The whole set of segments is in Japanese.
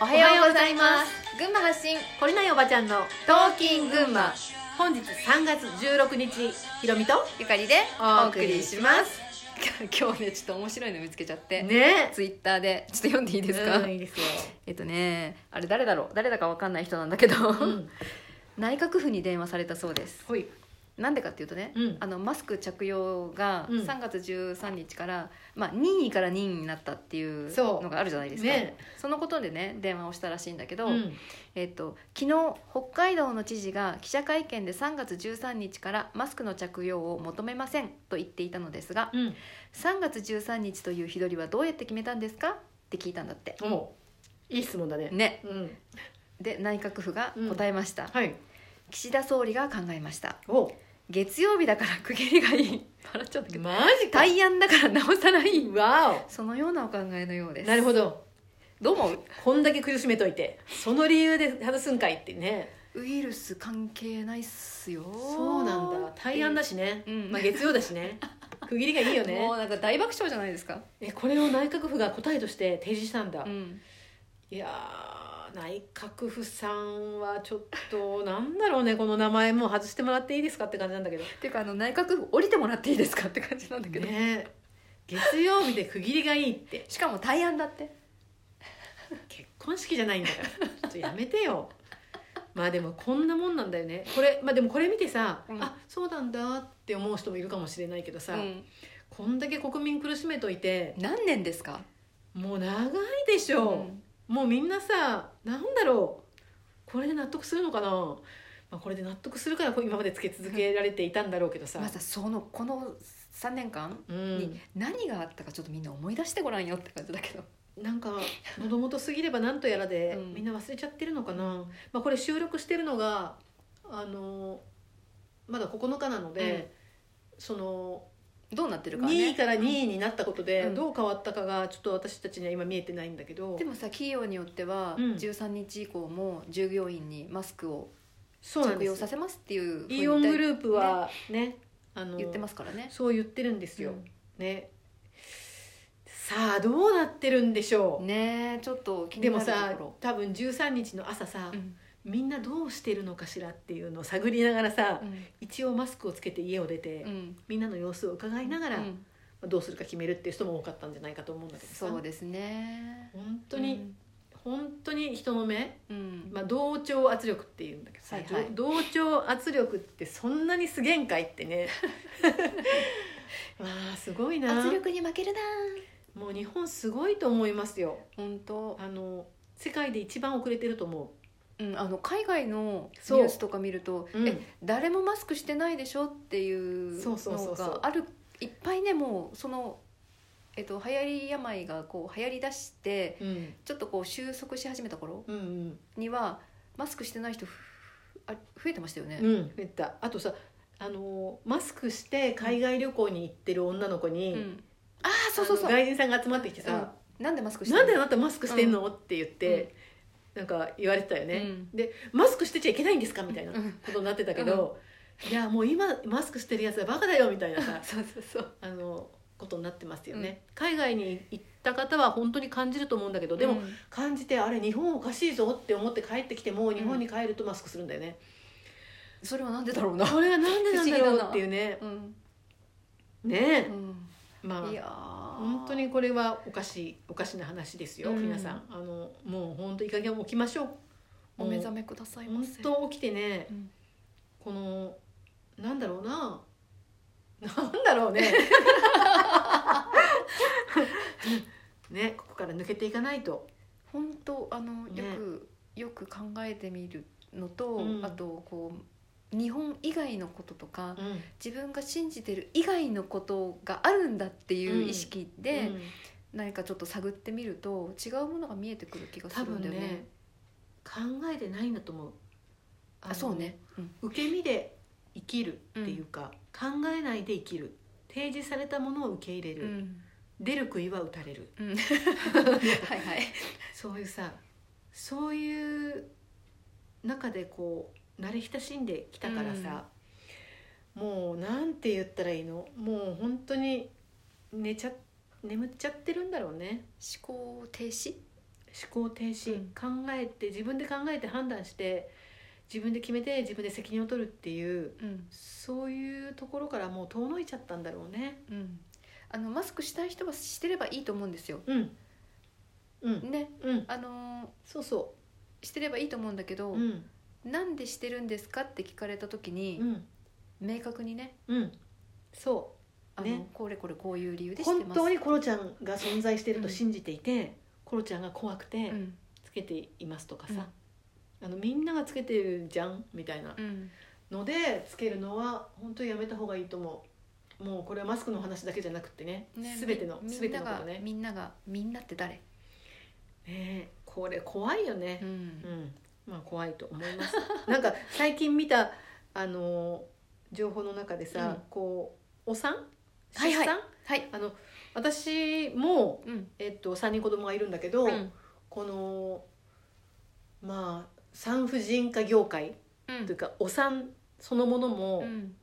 おはようございます群馬発信これないおばちゃんのトーキン群馬本日3月16日ひろみとゆかりでおお送送りりししまます 今日ねちょっと面白いの見つけちゃって、ねツイッターでちょっと読んでいいですか、うんいいですよ、えっとねあれ誰だろう誰だかわかんない人なんだけど、うん、内閣府に電話されたそうですほいなんでかっていうとね、うんあのマスク着用がうん3月13日から、まあ、任意から任意になったっていうそうのがあるじゃないですかそ,、ねのことでね電話をしたらしいんだけど、うんえっと、昨日北海道の知事が記者会見で3月13日からマスクの着用を求めませんと言っていたのですがうん3月13日という日取りはどうやって決めたんですかって聞いたんだって。おいい質問だねね、うんで内閣府が答えました、はい岸田総理が考えましたお月曜日だから区切りがいい笑っちゃったけどマジか大安だからなおさらいいわそのようなお考えのようでおすなるほどどう思うこんだけ苦しめといてその理由で話すんかいってねウイルス関係ないっすよそうなんだ大安だしね、うんまあ、月曜だし ね区切りがいいよねもうなんか大爆笑じゃないですか、えこれを内閣府が答えとして提示したんだ、うん、いやー内閣府さんはちょっとなんだろうねこの名前もう外してもらっていいですかって感じなんだけどっていうかあの内閣府降りてもらっていいですかって感じなんだけど、ね月曜日で区切りがいいってしかも大安だって結婚式じゃないんだからちょっとやめてよまあでもこんなもんなんだよねこれまあでもこれ見てさ、うんあそうなんだって思う人もいるかもしれないけどさ、うんこんだけ国民苦しめといて何年ですかもう長いでしょ、もうみんなさなんだろうこれで納得するのかな、まあ、これで納得するからこう今までつけ続けられていたんだろうけどさ、まずそのこの3年間うにん、何があったかちょっとみんな思い出してごらんよって感じだ けど、なんか喉元過ぎればなんとやらで、うんみんな忘れちゃってるのかな、まあ、これ収録してるのがあのまだ9日なので、そのどうなってるかはね2位から2位になったことでうんどう変わったかがちょっと私たちには今見えてないんだけど、でもさ企業によってはうん13日以降も従業員にマスクをそうなん着で用すさせますっていうふうにイオングループはねあの言ってますからね。そう言ってるんですよ、うんねさあどうなってるんでしょねえちょっと気うにでなもるとさこ多分13日の朝さ、ろ。うんみんなどうしてるのかしらっていうのを探りながらさ、うん一応マスクをつけて家を出て、うんみんなの様子を伺いながら、うまんあどうするか決めるっていう人も多かったんじゃないかと思うんだけどさそうですね。本当に、本当に人の目、うん、うんまあ、同調圧力っていうんだけどさ、はいはい同調圧力ってそんなにすげんかいって ね まあすごいな圧力に負けるなもう日本すごいと思いますよ本当、あの世界で一番遅れてると思うん、あの海外のニそうュースとか見ると、う、え誰もマスクしてないでしょっていうそうそうそのうそうがあるいっぱいねもうその、えっと、流行り病がこう流行りだしてうんちょっとこう収束し始めた頃うんうんにはマスクしてない人ふあ増えてましたよね。うん増えたあとさあのマスクして海外旅行に行ってる女の子に、うんああそうそうそあのう。外人さんが集まってきてさなんでマスク「してなんであのなたマスクしてんの?」って言って、なんか言われてたよね、うんで「マスクしてちゃいけないんですか?」みたいなうこんとになってたけど、いやもう今マスクしてるやつはバカだよみたいなさ そうそうそう。あのことになってますよね、海外に行った方は本当に感じると思うんだけどでも、うん感じてあれ日本おかしいぞって思って帰ってきても日本に帰るとマスクするんだよね、それはなんでだろうな。これはなんでなんだ不思議ろだうなっていうねうん。ねうえまん、いやあー本当にこれはおかしいおかしな話ですよ、うん皆さんあのもう本当いい加減起きましょうお目覚めめくださいま本せ。当起きてねうんこのなんだろうな なんだろ うねねここから抜けていかないと本当あの、ねよくよく考えてみるのと、うんあとこう日本以外のこととか、うん自分が信じてる以外のことがあるんだっていう意識で、うん何かちょっと探ってみると違うものが見えてくる気がす多るん分だねよね。考えてないんだと思うああのそうね、うん受け身で生きるっていうか、考えないで生きる提示されたものを受け入れうる、 ん出る杭は打たれるうんはいはい、そういうさそういう中でこう慣れ親しんできたからさ、もうなんて言ったらいいのもう本当に寝ちゃ眠っちゃってるんだろうね思考停止思考停止、考えて自分で考えて判断して自分で決めて自分で責任を取るっていううんそういうところからもう遠のいちゃったんだろうね。うん、あのマスクしたい人はしてればいいと思うんですよ。うん、うん、ねうん、あのーそうそしてればいいと思うんだけど、う。うん、なんでしてるんですかって聞かれた時にう、ん、明確にねうん、そう。あのねこれこれこういう理由でして本ます当にコロちゃんが存在してるとうん信じていて、コロちゃんが怖くてうんつけていますとかさ、あのみんながつけてるじゃんみたいなうんのでつけるのは本当にやめた方がいいと思うもうこれはマスクの話だけじゃなくってねね全てのみみ全んてなのこがとねねみんながみんなって誰、えこれ怖いよねううん、んまあ怖いと思います なんか最近見たあのー情報の中でさ、うんこうお産出は産、いはいはい、あの私も、うんえっと、3人子供がいるんだけど、うんこのまあ産婦人科業界うんというか、お産そのものも、うん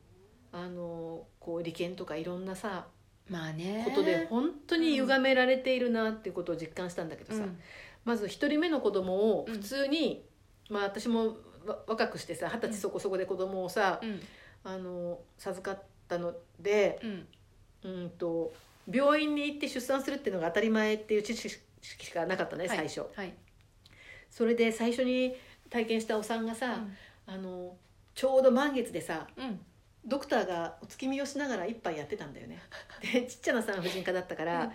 あのこう利権とかいろんなさ、まあねことで本当に歪められているなっていうことを実感したんだけどうさ、んまず一人目の子供をうん普通に、まあ私もわ若くしてさ二十歳そこそこで子供をさう、んあの授かったので、うんうん、と病院に行って出産するっていうのが当たり前っていう知識しかなかったね、はい最初。はい、それで最初に体験したお産がさ、あのちょうど満月でさうんうんドクターがお月見をしながら一杯やってたんだ よね。でちっちゃな産婦人科だったから「あ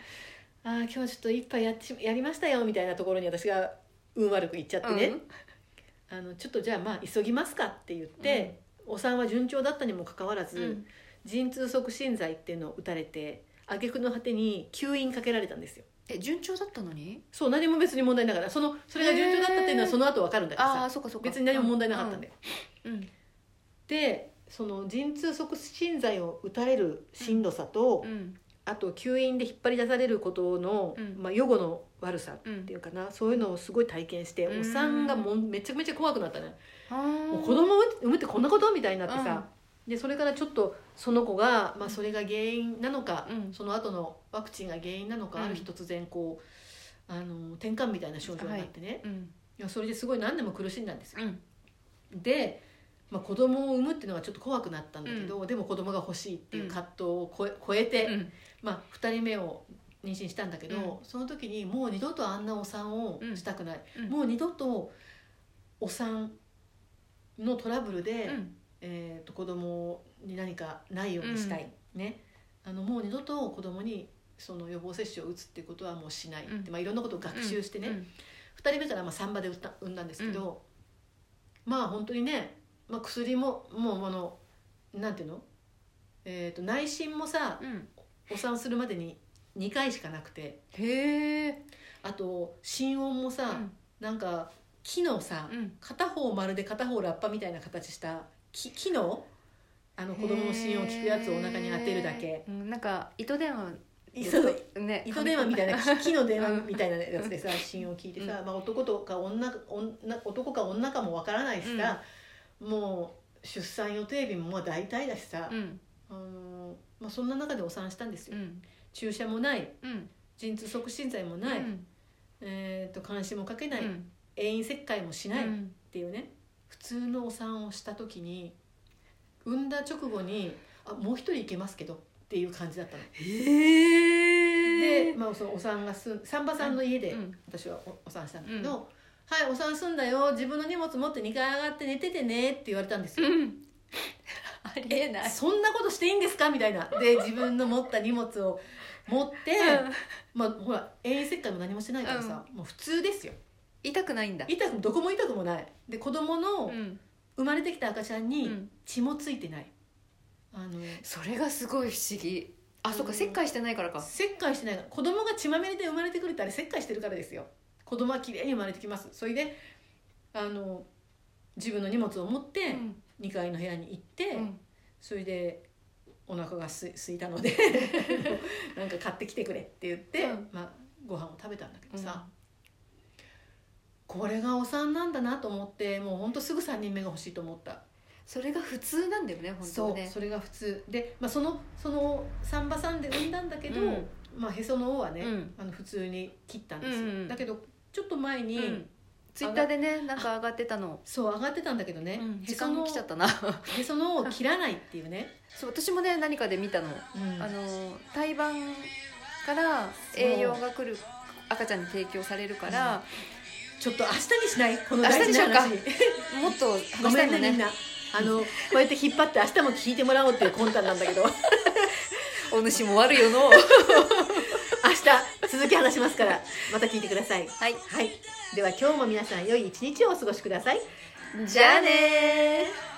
あ今日はちょっと一杯やってしやりましたよ」みたいなところに私が運悪く行っちゃってね、うんあのちょっとじゃあまあ急ぎますかって言って、お産は順調だったにもかかわらず、うん陣痛促進剤っていうのを打たれて挙句の果てに吸引かけられたんですよ。え順調だったのにそう何も別に問題ながらそのそれが順調だったっていうのはその後わかるんだけどあさあそうかそうか別に何も問題なかったんだよ。うんうんでその陣痛促進剤を打たれるしんどさと、うんあと吸引で引っ張り出されることの、うんまあ、予後の悪さうんっていうかなそういうのをすごい体験してうんお産がもうめちゃめちゃ怖くなったね、あーもう子供産むってこんなことみたいになってさ、でそれからちょっとその子が、まあ、それが原因なのか、うんその後のワクチンが原因なのか、うんある日突然こうあの転換みたいな症状になってね、ういんやそれですごい何年も苦しんだんですようんで、まあ、子供を産むっていうのはちょっと怖くなったんだけど、でも子供が欲しいっていう葛藤を超え超えて、うんまあ、2人目を妊娠したんだけど、うその時にもう二度とあんなお産をしたくない、うんもう二度とお産のトラブルで、うんえー、と子供に何かないようにしたい、ねあのもう二度と子供にその予防接種を打つっていうことはもうしない、うんでまあ、いろんなことを学習してね、うん2人目からまあ産婆で産んだ産んだんですけど、まあ本当にね、まあ、薬ももうあのなんていうの、えー、と内診もさうんお産するまでに2回しかなくてへえあと心音もうさ、んなんか木のさ、うん片方丸で片方ラッパみたいな形した木木のあの子供の心音を聞くやつをお腹に当てるだけへ。ーうんなんか糸電話そうね糸電話みたいな木木の電話みたいなやつでさ心音聞いてさ、まあ、男とか女か女男か女かもわからないしさ、もう出産予定日もまあ大体だしさ、うんあのーまあ、そんな中でお産したんですうよ、ん注射もないうん陣痛促進剤もない、うんえー、と監視もかけない、うん遠因切開もしないっうんていうね普通のお産をした時に産んだ直後にあもう一人いけますけどっていう感じだったの。へで、まあ、そのお産がすん産婆さんの家で、うん私はおお産したんだけど「はいお産すんだよ自分の荷物持って2階上がって寝ててね」って言われたんですよ。うんありえないそんなことしていいんですかみたいなで自分の持った荷物を持って、うんまあほら遠因切開も何もしてないからさ、もう普通ですよ痛くないんだ痛くどこも痛くもないで子供のうん生まれてきた赤ちゃんうにん血もついてない、あのそれがすごい不思議あうんそっか切開してないからか切開してないから子供が血まみれで生まれてくるってあれ切開してるからですよ子供は綺麗に生まれてきますそれであの自分の荷物を持ってうん2階の部屋に行って、うんそれでお腹がすすいた のでなんか買ってきてくれって言って、うんまあ、ご飯を食べたんだけどさ、これがお産なんだなと思ってもうほんとすぐ3人目が欲しいと思ったそれが普通なんだよね本当そはうねそれが普通で、まあ、そのその産婆さんで産んだんだけど、うんまあ、へその緒はね、うんあの普通に切ったんですよ、うんうんだけどちょっと前に、うんツイッターでねなんか上がってたの、そう上がってたんだけどね、うんへ時そ間の来ちゃったなへそのを切らないっていう ね、そう私もね何かで見たのうんあの胎盤から栄養が来る赤ちゃんに提供されるから、ちょっと明日にしないこの大事な話明もっと話 ごしためいんのねねみんなあのこうやって引っ張って明日も聞いてもらおうっていう魂胆な んだけど明お主も悪いよ の日続き話しますからまた聞いてくださいはいはいでは今日も皆さん良い一日をお過ごしくださいじゃあねー